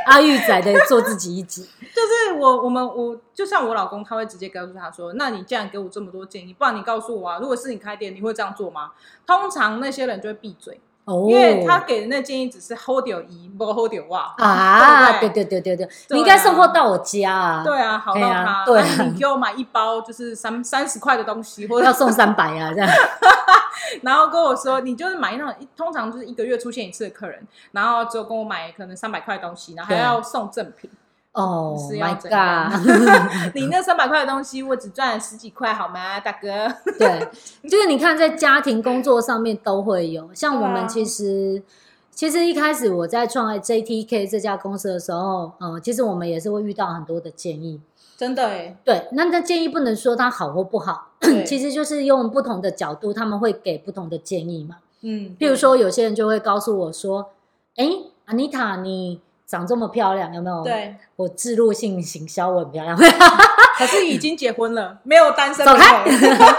Speaker 1: 阿玉仔的做自己一集，
Speaker 2: 就是我我们我就像我老公，他会直接告诉他说：“那你既然给我这么多建议，不然你告诉我啊，如果是你开店，你会这样做吗？”通常那些人就会闭嘴，
Speaker 1: 哦，
Speaker 2: 因为他给的那建议只是 hold 掉一，不 hold 掉哇。
Speaker 1: 啊，
Speaker 2: 对
Speaker 1: 对
Speaker 2: 不
Speaker 1: 对对对对，
Speaker 2: 对啊
Speaker 1: 你应该送货到我家啊，
Speaker 2: 对啊，好到
Speaker 1: 哎
Speaker 2: 他，
Speaker 1: 呀对啊
Speaker 2: 那你给我买一包就是三三十块的东西，或
Speaker 1: 要
Speaker 2: 者
Speaker 1: 送三百啊，这样。
Speaker 2: 然后跟我说，你就是买那种一通常就是一个月出现一次的客人，然后只有跟我买可能三百块的东西，然后还
Speaker 1: 对
Speaker 2: 要送赠品。
Speaker 1: 哦
Speaker 2: 是要
Speaker 1: ，My
Speaker 2: 怎样
Speaker 1: God，
Speaker 2: 你那三百块的东西，我只赚了十几块，好吗，大哥？
Speaker 1: 对，就是你看，在家庭工作上面都会有。像我
Speaker 2: 对啊
Speaker 1: 们其实，其实一开始我在创立 JTK 这家公司的时候，嗯，其实我们也是会遇到很多的建议。
Speaker 2: 真的哎，
Speaker 1: 对，那那建议不能说它好或不好，
Speaker 2: 对
Speaker 1: 其实就是用不同的角度，他们会给不同的建议嘛。
Speaker 2: 嗯，
Speaker 1: 譬如说，有些人就会告诉我说：“哎、a n i t a 你长这么漂亮，有没有？”，
Speaker 2: 对，
Speaker 1: 我自入性行销我很漂亮，
Speaker 2: 可是已经结婚了，没有单身
Speaker 1: 走
Speaker 2: 朋
Speaker 1: 开
Speaker 2: 友。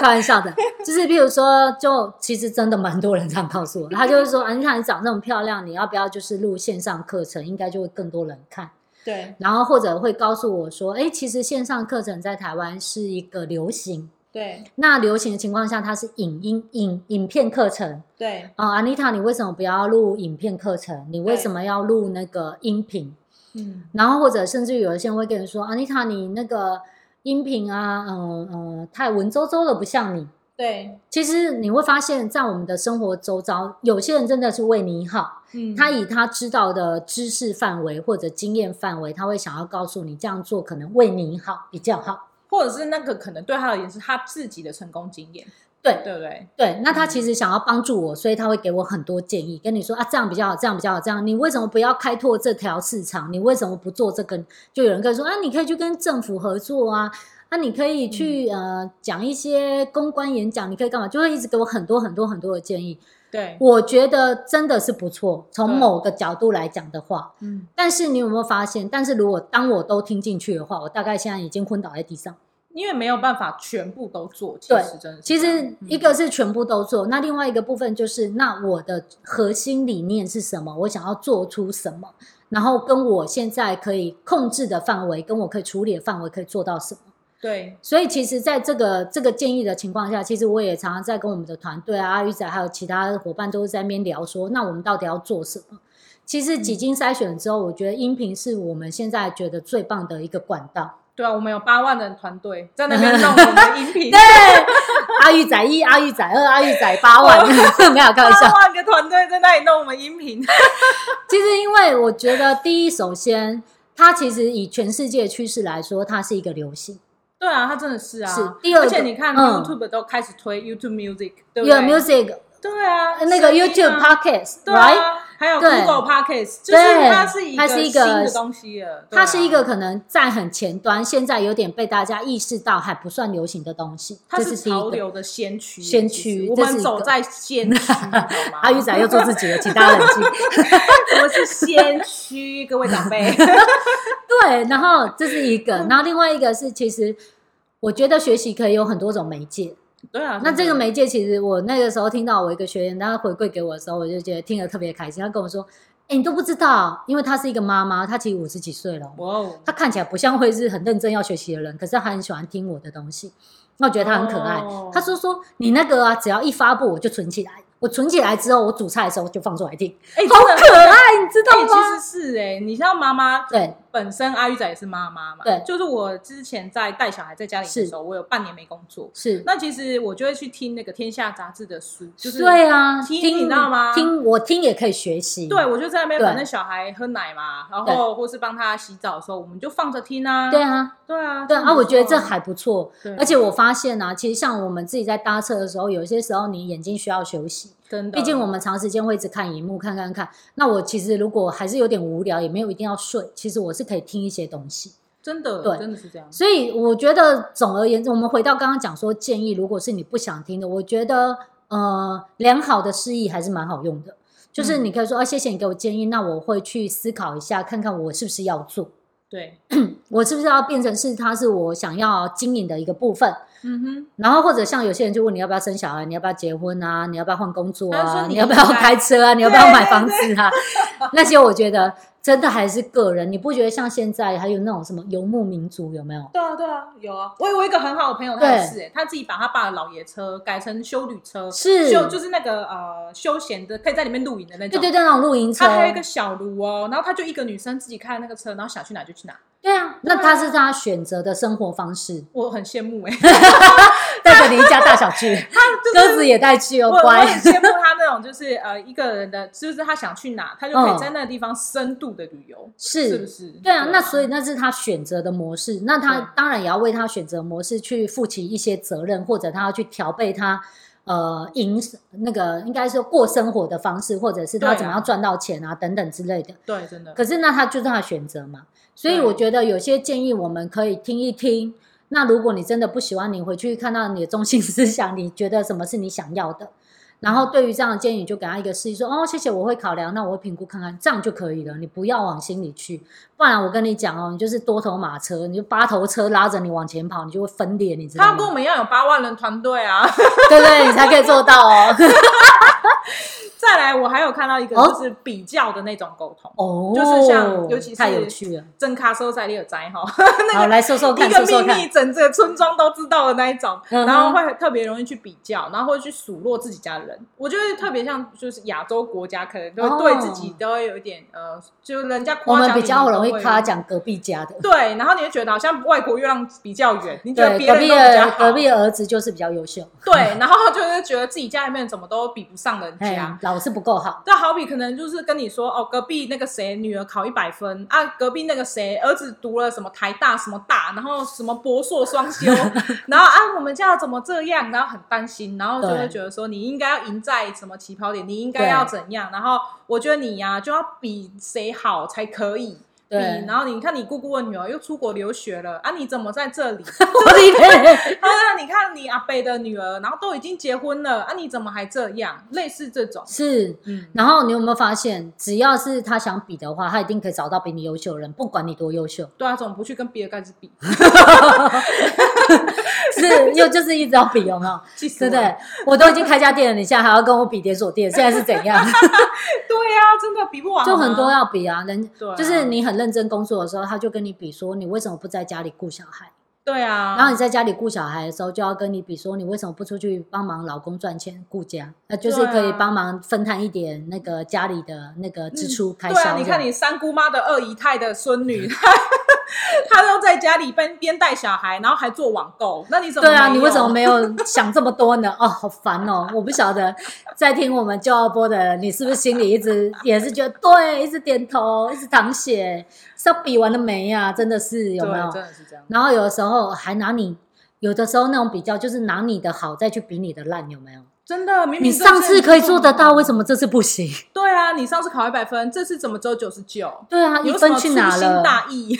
Speaker 1: 开玩笑的，就是譬如说，就其实真的蛮多人这样告诉我，他就会说：“啊，你看你长这么漂亮，你要不要就是录线上课程，应该就会更多人看。”
Speaker 2: 对
Speaker 1: 然后或者会告诉我说：“哎、其实线上课程在台湾是一个流行。”
Speaker 2: 对
Speaker 1: 那流行的情况下，它是影音影影片课程
Speaker 2: 对
Speaker 1: 啊、安 a n i t a 你为什么不要录影片课程？你为什么要录那个音频？
Speaker 2: 嗯，
Speaker 1: 然后或者甚至有一些人会跟你说安 a n i t a 你那个音频啊，嗯嗯，太文绉绉的，不像你。
Speaker 2: 对，
Speaker 1: 其实你会发现，在我们的生活周遭，有些人真的是为你好，
Speaker 2: 嗯，
Speaker 1: 他以他知道的知识范围或者经验范围，他会想要告诉你这样做可能为你好比较好。
Speaker 2: 或者是那个可能对他而言是他自己的成功经验，
Speaker 1: 对
Speaker 2: 对不对？
Speaker 1: 对，那他其实想要帮助我，所以他会给我很多建议，跟你说啊，这样比较好，这样比较好，这样你为什么不要开拓这条市场？你为什么不做这个？就有人跟你说啊，你可以去跟政府合作啊，啊，你可以去、呃讲一些公关演讲，你可以干嘛？就会一直给我很多很多很多的建议。
Speaker 2: 对，
Speaker 1: 我觉得真的是不错，从
Speaker 2: 对
Speaker 1: 某个角度来讲的话。
Speaker 2: 嗯，
Speaker 1: 但是你有没有发现？但是如果当我都听进去的话，我大概现在已经昏倒在地上。
Speaker 2: 因为没有办法全部都做，其
Speaker 1: 对
Speaker 2: 实真的是
Speaker 1: 其
Speaker 2: 这样
Speaker 1: 实一个是全部都做，那另外一个部分就是，那我的核心理念是什么？我想要做出什么？然后跟我现在可以控制的范围，跟我可以处理的范围，可以做到什么？
Speaker 2: 对
Speaker 1: 所以其实，在这个这个建议的情况下，其实我也常常在跟我们的团队啊、阿宇仔还有其他伙伴都是在那边聊说，那我们到底要做什么？
Speaker 2: 嗯
Speaker 1: 其实几经筛选之后，我觉得音频是我们现在觉得最棒的一个管道。
Speaker 2: 对啊，我们有八万人团队在那边 弄我们的音频，
Speaker 1: 对，阿玉仔一、阿玉仔二、阿玉仔八万， 没有开玩
Speaker 2: 八
Speaker 1: 笑。
Speaker 2: 万个团队在那里弄我们 音频，
Speaker 1: 其实，因为我觉得，第一，首先，它其实以全世界趋势来说，它是一个流行。
Speaker 2: 对啊，他真的是啊。
Speaker 1: 是第二个
Speaker 2: 而且你看
Speaker 1: 嗯
Speaker 2: YouTube 都开始推 YouTube Music，对不对
Speaker 1: Your music，呃
Speaker 2: 对啊，
Speaker 1: 那个
Speaker 2: 声音啊
Speaker 1: YouTube podcast，
Speaker 2: 对啊
Speaker 1: right？
Speaker 2: 还有
Speaker 1: 对
Speaker 2: Google Podcast，就
Speaker 1: 对
Speaker 2: 是它是一
Speaker 1: 它是一
Speaker 2: 新
Speaker 1: 个
Speaker 2: 的东西了。对啊
Speaker 1: 它是一个，可能在很前端，现在有点被大家意识到还不算流行的东西，
Speaker 2: 它
Speaker 1: 这
Speaker 2: 是
Speaker 1: 第一
Speaker 2: 潮
Speaker 1: 个。
Speaker 2: 流的先驱，
Speaker 1: 先
Speaker 2: 其实
Speaker 1: 驱
Speaker 2: 我
Speaker 1: 这是
Speaker 2: 们
Speaker 1: 一
Speaker 2: 走
Speaker 1: 个
Speaker 2: 在先驱，你懂吗
Speaker 1: 阿玉仔又做自己了，请大家冷 静。
Speaker 2: 我们是先驱，各位长 辈。
Speaker 1: 对，然后这是一个，然后另外一个是，其实我觉得学习可以有很多种媒介。
Speaker 2: 对啊，
Speaker 1: 那
Speaker 2: 真的
Speaker 1: 这个媒介，其实我那个时候听到我一个学员，他回馈给我的时候，我就觉得听得特别开心。他跟我说：“哎，你都不知道，因为她是一个妈妈，她其实五十几岁了，
Speaker 2: 哇哦，
Speaker 1: 她看起来不像会是很认真要学习的人，可是她很喜欢听我的东西。那我觉得她很可爱。
Speaker 2: 哦
Speaker 1: 她说说你那个啊，只要一发布我就存起来，我存起来之后，我煮菜的时候就放出来听，
Speaker 2: 哎，
Speaker 1: 好
Speaker 2: 真的
Speaker 1: 可爱，你知道
Speaker 2: 哎，
Speaker 1: 吗？
Speaker 2: 其实是哎，你像妈妈
Speaker 1: 对，
Speaker 2: 本身阿玉仔也是妈妈嘛，
Speaker 1: 对
Speaker 2: 就是我之前在带小孩在家里的时候，我有半年没工作，
Speaker 1: 是，
Speaker 2: 那其实我就会去听那个《天下》杂志的书，就是
Speaker 1: 对啊，
Speaker 2: 听
Speaker 1: 听
Speaker 2: 你知道吗
Speaker 1: 听我听也可以学习，
Speaker 2: 对，我就在那边，
Speaker 1: 对
Speaker 2: 反正小孩喝奶嘛，然后或是帮他洗澡的时候，我们就放着听啊。
Speaker 1: 对啊，
Speaker 2: 对啊，
Speaker 1: 对
Speaker 2: 真的
Speaker 1: 啊，我觉得这
Speaker 2: 不错嗯
Speaker 1: 还不错。
Speaker 2: 对
Speaker 1: 而且我发现啊，其实像我们自己在搭车的时候，有些时候你眼睛需要休息，
Speaker 2: 真的，
Speaker 1: 毕竟我们长时间会一直看荧幕，看看看。那我其实如果还是有点无聊，也没有一定要睡，其实我是可以听一些东西。
Speaker 2: 真的
Speaker 1: 对
Speaker 2: 真的是这样。
Speaker 1: 所以我觉得，总而言之，我们回到刚刚讲说建议，如果是你不想听的，我觉得呃，良好的示意还是蛮好用的。就是
Speaker 2: 嗯
Speaker 1: 你可以说，啊，谢谢你给我建议，那我会去思考一下，看看我是不是要做，
Speaker 2: 对，
Speaker 1: 我是不是要变成是它是我想要经营的一个部分。
Speaker 2: 嗯
Speaker 1: 然后或者像有些人就问你要不要生小孩，你要不要结婚啊，你要不要换工作
Speaker 2: 他说
Speaker 1: 啊，
Speaker 2: 你
Speaker 1: 你要不要
Speaker 2: 应该
Speaker 1: 开车啊，你要不要买房子 啊？那些我觉得真的还是个人，你不觉得像现在还有那种什么游牧民族有没有
Speaker 2: 哼，？对啊对啊，有啊。我我一个很好的朋友，他
Speaker 1: 对
Speaker 2: 也是欸，他自己把他爸的老爷车改成修旅车，
Speaker 1: 是
Speaker 2: 就就是那个呃休闲的，可以在里面露营的那
Speaker 1: 对
Speaker 2: 种。
Speaker 1: 对对，那种露营车
Speaker 2: 他，还有一个小炉哦，然后他就一个女生自己开那个车，然后想去哪就去哪，
Speaker 1: 对啊，那他是他选择的生活方式，
Speaker 2: 我很羡慕哎、
Speaker 1: 带着你一家大小去，
Speaker 2: 就是
Speaker 1: 鸽子也带去哦，
Speaker 2: 我我
Speaker 1: 乖，
Speaker 2: 很羡慕他那种，就是呃一个人的，就是他想去哪，他就可以
Speaker 1: 嗯
Speaker 2: 在那个地方深度的旅游，是
Speaker 1: 是。
Speaker 2: 不是？
Speaker 1: 对啊，那所以那是他选择的模式，那他
Speaker 2: 对
Speaker 1: 当然也要为他选择模式去负起一些责任，或者他要去调配他呃营那个应该说过生活的方式，或者是他
Speaker 2: 对啊
Speaker 1: 怎么样赚到钱啊等等之类的。
Speaker 2: 对，真的，
Speaker 1: 可是那他就是他的选择嘛，所以
Speaker 2: 对
Speaker 1: 我觉得有些建议我们可以听一听。那如果你真的不喜欢，你回去看到你的中心思想，你觉得什么是你想要的，然后对于这样的建议，你就给他一个示意，说哦，谢谢，我会考量，那我会评估看看，这样就可以了。你不要往心里去，不然我跟你讲哦，你就是多头马车，你就八头车拉着你往前跑，你就会分裂，你知
Speaker 2: 他
Speaker 1: 道
Speaker 2: 要跟我
Speaker 1: 吗？
Speaker 2: 们一样有八万人团队啊。
Speaker 1: 对不对，你才可以做到哦。
Speaker 2: 再来，我还有看到一个
Speaker 1: 哦
Speaker 2: 就是比较的那种沟通，
Speaker 1: 哦，
Speaker 2: 就是像尤其是
Speaker 1: 太有趣了。
Speaker 2: 真卡收在里有灾哈，
Speaker 1: 好，来说说
Speaker 2: 一
Speaker 1: 看，
Speaker 2: 个
Speaker 1: 说说
Speaker 2: 秘
Speaker 1: 看
Speaker 2: 密，。整个村庄都知道的那一种，
Speaker 1: 嗯哼
Speaker 2: 然后会特别容易去比较，然后会去数落自己家的人。我觉得特别像就是亚洲国家，可能都
Speaker 1: 哦
Speaker 2: 会对自己都会有一点呃，就人家
Speaker 1: 我
Speaker 2: 夸
Speaker 1: 们
Speaker 2: 奖
Speaker 1: 比
Speaker 2: 你
Speaker 1: 较容易
Speaker 2: 你都会
Speaker 1: 夸奖隔壁家的。
Speaker 2: 对，然后你就觉得好像外国月亮比较 圆，你觉得
Speaker 1: 对，
Speaker 2: 别
Speaker 1: 隔
Speaker 2: 人
Speaker 1: 壁
Speaker 2: 都比较
Speaker 1: 的
Speaker 2: 好，
Speaker 1: 隔壁的儿子就是比较优秀，
Speaker 2: 对， 然后就是觉得自己家里面怎么都比不上人
Speaker 1: 哎
Speaker 2: 家。，
Speaker 1: 老是不够好，
Speaker 2: 这好比可能就是跟你说哦，隔壁那个谁女儿考一百分啊，隔壁那个谁儿子读了什么台大什么大，然后什么博硕双 修，然后啊我们家怎么这样，然后很担心，然后就会
Speaker 1: 对
Speaker 2: 觉得说你应该要赢在什么起跑点，你应该
Speaker 1: 对
Speaker 2: 要怎样，然后我觉得你呀、就要比谁好才可以。比
Speaker 1: 对
Speaker 2: 然后你看你姑姑的女儿又出国留学了啊，你怎么在 这里？
Speaker 1: 我的天，
Speaker 2: 啊，你看你阿伯的女儿，然后都已经结婚了，啊，你怎么还这样？类似这种，
Speaker 1: 是。
Speaker 2: 嗯，
Speaker 1: 然后你有没有发现，只要是他想比的话，他一定可以找到比你优秀的人，不管你多优秀，
Speaker 2: 对啊，总不去跟比尔盖茨 比，
Speaker 1: 是又就是一直要比，有 没有？
Speaker 2: 气
Speaker 1: 对
Speaker 2: 死
Speaker 1: 不
Speaker 2: 我了
Speaker 1: 对？我都已经开家店了，你现在还要跟我比连锁店，现在是怎 样？
Speaker 2: 对啊，真的比不完，
Speaker 1: 就很多，要比啊，人
Speaker 2: 对啊
Speaker 1: 就是你很认真工作的时候，他就跟你比说，你为什么不在家里顾小孩？
Speaker 2: 对啊，
Speaker 1: 然后你在家里顾小孩的时候，就要跟你比说，你为什么不出去帮忙老公赚钱顾家？那就是
Speaker 2: 对啊
Speaker 1: 可以帮忙分摊一点那个家里的那个支出开销
Speaker 2: 对
Speaker 1: 这样。嗯
Speaker 2: 啊，你看你三姑妈的二姨太的孙女，她 她都在家里边边带小孩，然后还做网购，那你怎么
Speaker 1: 对啊，
Speaker 2: 没
Speaker 1: 你
Speaker 2: 有
Speaker 1: 为什么没有想这么多呢？哦，好烦哦！我不晓得，在听我们就要播的人，你是不是心里一直也是觉得对，一直点头，一直淌血，是要比完了没呀、真的是有没有
Speaker 2: 对，？真的是这样。
Speaker 1: 然后有的时候还拿你，有的时候那种比较就是拿你的好再去比你的烂，有没有？
Speaker 2: 真的，明明
Speaker 1: 你上次可以做得到，为什
Speaker 2: 么？
Speaker 1: 么这次不 行？
Speaker 2: 对啊，你上次考一百分，这次怎么只有九十九？
Speaker 1: 对 啊，一
Speaker 2: 哦有什
Speaker 1: 分
Speaker 2: 么粗
Speaker 1: 去
Speaker 2: 心
Speaker 1: 哪了？
Speaker 2: 大意，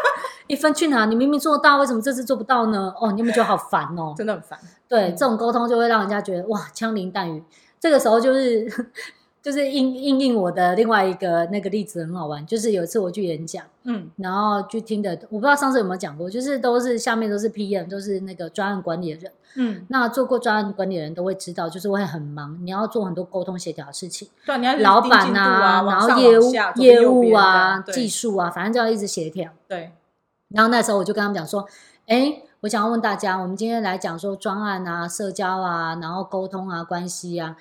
Speaker 1: 一分去哪？你明明做得到，为什么这次做不到呢？哦，你们觉得好烦 哦。
Speaker 2: 真的很烦。
Speaker 1: 对，
Speaker 2: 嗯
Speaker 1: 这种沟通就会让人家觉得哇，枪林弹雨。这个时候就是 就是应应应我的另外一个那个例子很好玩，就是有一次我去演讲，
Speaker 2: 嗯，
Speaker 1: 然后去听的，我不知道上次有没有讲过，就是都是下面都是 PM，都是那个专案管理的人。
Speaker 2: 嗯，
Speaker 1: 那做过专案管理的人都会知道，就是会很忙，你要做很多沟通协调的事情。
Speaker 2: 对啊，你要一直
Speaker 1: 老
Speaker 2: 盯
Speaker 1: 板
Speaker 2: 进度
Speaker 1: 啊，
Speaker 2: 啊，
Speaker 1: 然
Speaker 2: 往
Speaker 1: 后
Speaker 2: 上
Speaker 1: 业
Speaker 2: 往
Speaker 1: 务
Speaker 2: 下左边
Speaker 1: 业
Speaker 2: 右
Speaker 1: 务
Speaker 2: 边
Speaker 1: 啊、
Speaker 2: 这样
Speaker 1: 技术啊，反正就要一直协调。
Speaker 2: 对
Speaker 1: 然后那时候我就跟他们讲说，哎，我想要问大家，我们今天来讲说专案啊、社交啊，然后沟通啊、关系啊。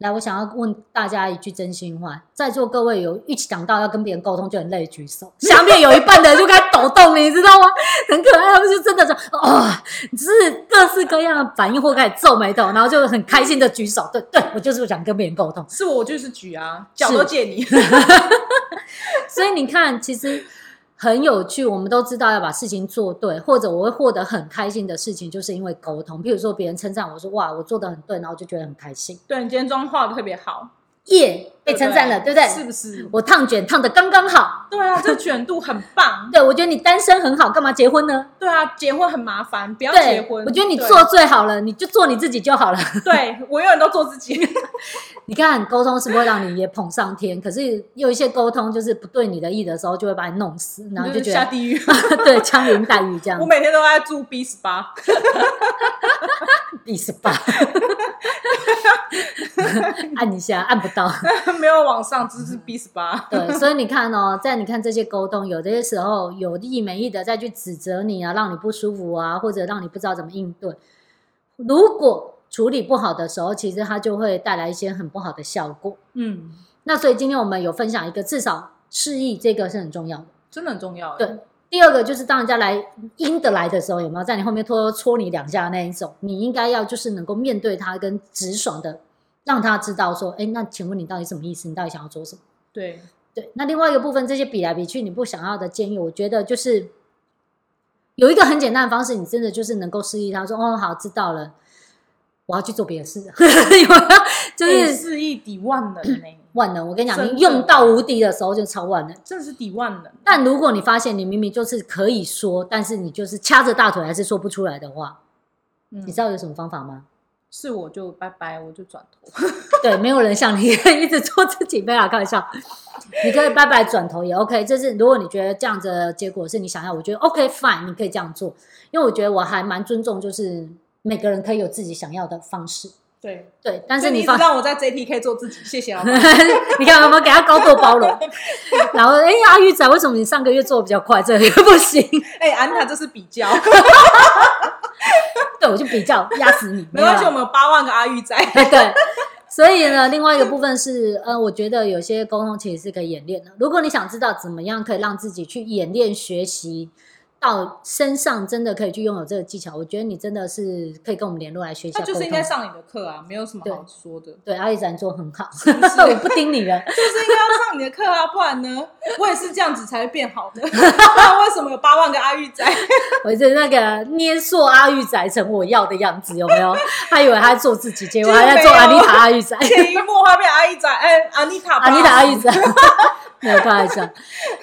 Speaker 1: 来，我想要问大家一句真心话，在座各位有一起讲到要跟别人沟通就很累，举手。下面有一半的人就该抖动，你知道吗？很可爱，他们就真的是哦，就是各式各样的反应，或开始皱眉头，然后就很开心的举手。对对，我就是想跟别人沟通。
Speaker 2: 对，是我就是举啊，脚
Speaker 1: 是
Speaker 2: 都借 你。
Speaker 1: 所以你看，其实很有趣。我们都知道要把事情做对，或者我会获得很开心的事情，就是因为沟通。譬如说，别人称赞我说：“哇，我做的很对”，然后我就觉得很开心，
Speaker 2: 对你今天妆化的特别好，
Speaker 1: 耶、
Speaker 2: 对
Speaker 1: 被称赞了，对不对？
Speaker 2: 是不是？
Speaker 1: 我烫卷烫的刚刚好，
Speaker 2: 对啊，这卷度很 棒。
Speaker 1: 对我觉得你单身很好，干嘛结婚呢？
Speaker 2: 对啊，结婚很麻烦，不要结
Speaker 1: 对，
Speaker 2: 婚。
Speaker 1: 我觉得你
Speaker 2: 对
Speaker 1: 做最好了，你就做你自己就好了。
Speaker 2: 对我永远都做自己。
Speaker 1: 你看，沟通是不会让你也捧上天，可是有一些沟通就是不对你的意的时候，就会把你弄死，然后就
Speaker 2: 就是
Speaker 1: 觉
Speaker 2: 下
Speaker 1: 得
Speaker 2: 地狱。
Speaker 1: 对枪林弹雨这样
Speaker 2: 我。每天都在住 B 十八，
Speaker 1: 第十八， 按一下按不到。
Speaker 2: 没有往上，只是 B 十八。
Speaker 1: 对，所以你看哦，在你看这些沟通，有的时候有意没意的再去指责你啊，让你不舒服啊，或者让你不知道怎么应对。如果处理不好的时候，其实它就会带来一些很不好的效果。
Speaker 2: 嗯，
Speaker 1: 那所以今天我们有分享一个，至少示意这个是很重要的。
Speaker 2: 真的很重要。欸
Speaker 1: 对，第二个就是当人家来阴的来的时候，有没有在你后面拖戳你两下那一种？你应该要就是能够面对他跟直爽的，让他知道说，哎，那请问你到底什么意思？你到底想要做什么？
Speaker 2: 对，
Speaker 1: 对，那另外一个部分，这些比来比去你不想要的建议，我觉得就是有一个很简单的方式，你真的就是能够示意他说，哦，好，知道了，我要去做别的事， 有没有？就
Speaker 2: 欸就是
Speaker 1: 是
Speaker 2: 四亿抵万能呢，
Speaker 1: 万能，我跟你讲，
Speaker 2: 真
Speaker 1: 你
Speaker 2: 的
Speaker 1: 用到无敌的时候就超万能。
Speaker 2: 真的是抵万能。
Speaker 1: 但如果你发现你明明就是可以说，但是你就是掐着大腿还是说不出来的话，
Speaker 2: 嗯
Speaker 1: 你知道有什么方法吗？
Speaker 2: 是我就拜拜，我就转头。
Speaker 1: 对，没有人像你一直做自己，没有啦开玩笑。你可以拜拜转头也 OK，这是如果你觉得这样子的结果是你想要，我觉得 OK fine，你可以这样做，因为我觉得我还蛮尊重，就是每个人可以有自己想要的方式。
Speaker 2: 对，
Speaker 1: 对，但
Speaker 2: 所
Speaker 1: 是
Speaker 2: 以你
Speaker 1: 你
Speaker 2: 一直
Speaker 1: 发
Speaker 2: 让我在 JTK 做自己，谢谢 老板。
Speaker 1: 你看有没有给他高度包容？然后，哎、阿玉仔，为什么你上个月做的比较快，这个月不行？
Speaker 2: 哎，安塔这是比较，
Speaker 1: 对，我就比较压死你。
Speaker 2: 没关系，
Speaker 1: 有啦
Speaker 2: 我们有八万个阿玉在。
Speaker 1: 对 对。所以呢，另外一个部分是，呃，我觉得有些沟通其实是可以演练的。如果你想知道怎么样可以让自己去演练学习，到身上真的可以去拥有这个技巧，我觉得你真的是可以跟我们联络来学习
Speaker 2: 他
Speaker 1: 沟通。
Speaker 2: 就是应该上你的课啊，没有什么好说的，
Speaker 1: 对阿姨展做很好，
Speaker 2: 是不是
Speaker 1: 我不盯你了。
Speaker 2: 就是应该要上你的课啊，不然呢，我也是这样子才会变好的。不 然为什么有八万个阿玉在？
Speaker 1: 我是那个捏塑阿玉仔成我要的样子，有没有？他以为他在做自己，结果他在做
Speaker 2: 结果没
Speaker 1: 安
Speaker 2: 有
Speaker 1: 妮塔阿玉仔。
Speaker 2: 潜移默化变阿姨仔，哎、阿妮塔，
Speaker 1: 阿妮塔阿姨子， 没有开玩笑。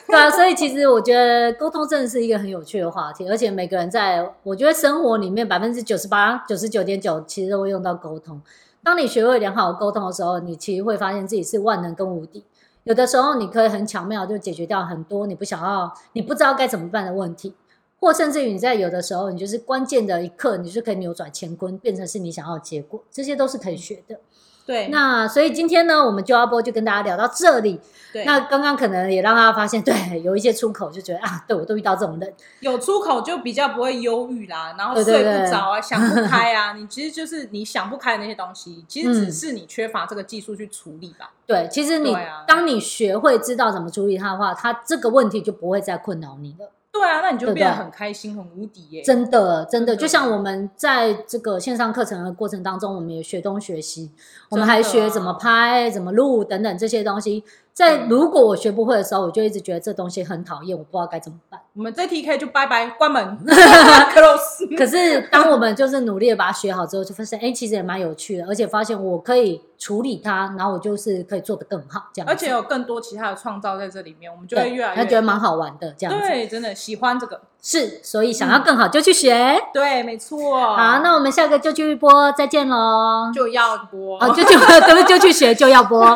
Speaker 1: 对啊，所以其实我觉得沟通真的是一个很有趣的话题，而且每个人在我觉得生活里面百分之九十八、九十九点九其实都会用到沟通。当你学会良好的沟通的时候，你其实会发现自己是万能跟无敌。有的时候你可以很巧妙地就解决掉很多你不想要、你不知道该怎么办的问题，或甚至于你在有的时候，你就是关键的一刻，你就可以扭转乾坤，变成是你想要的结果，这些都是可以学的。
Speaker 2: 对，
Speaker 1: 那所以今天呢，我们就要播就跟大家聊到这里。
Speaker 2: 对
Speaker 1: 那刚刚可能也让大家发现，对，有一些出口就觉得啊，对我都遇到这种人，
Speaker 2: 有出口就比较不会忧郁啦，然后
Speaker 1: 对
Speaker 2: 睡
Speaker 1: 对
Speaker 2: 不
Speaker 1: 对
Speaker 2: 着啊，想不开 啊，你其实就是你想不开的那些东西，其实只
Speaker 1: 嗯
Speaker 2: 是你缺乏这个技术去处理吧。
Speaker 1: 对，其实你、
Speaker 2: 对啊
Speaker 1: 当你学会知道怎么处理它的话，它这个问题就不会再困扰你了。
Speaker 2: 对啊，那你就
Speaker 1: 对
Speaker 2: 变得
Speaker 1: 对
Speaker 2: 很开心，很无敌耶、
Speaker 1: 真的，真
Speaker 2: 真
Speaker 1: 的，
Speaker 2: 的
Speaker 1: 就像我们在这个线上课程的过程当中，我们也学东学西，我们
Speaker 2: 真
Speaker 1: 还
Speaker 2: 的
Speaker 1: 学怎么拍、怎么录等等这些东西。在
Speaker 2: 嗯
Speaker 1: 如果我学不会的时候，我就一直觉得这东西很讨厌，我不知道该怎么办。
Speaker 2: 我们这 TK 就拜拜，关门，close。
Speaker 1: 可是当我们就是努力的把它学好之后，就发现哎、诶其实也蛮有趣的，而且发现我可以处理它，然后我就是可以做得更好这样子。
Speaker 2: 而且有更多其他的创造在这里面，我们就
Speaker 1: 对
Speaker 2: 会越来
Speaker 1: 他
Speaker 2: 越
Speaker 1: 觉得蛮好玩的这样子。
Speaker 2: 对，真的喜欢这个，
Speaker 1: 是，所以想要更好就去学。
Speaker 2: 对，没错。
Speaker 1: 好，那我们下个就去播，再见喽。
Speaker 2: 就要播。
Speaker 1: 哦，就就对 不就去学就要播，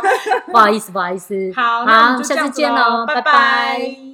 Speaker 1: 不好意思，不好意思。
Speaker 2: 好，那我
Speaker 1: 好，
Speaker 2: 们就
Speaker 1: 下次
Speaker 2: 这样子
Speaker 1: 见
Speaker 2: 咯
Speaker 1: 喽，
Speaker 2: 拜
Speaker 1: 拜拜
Speaker 2: 拜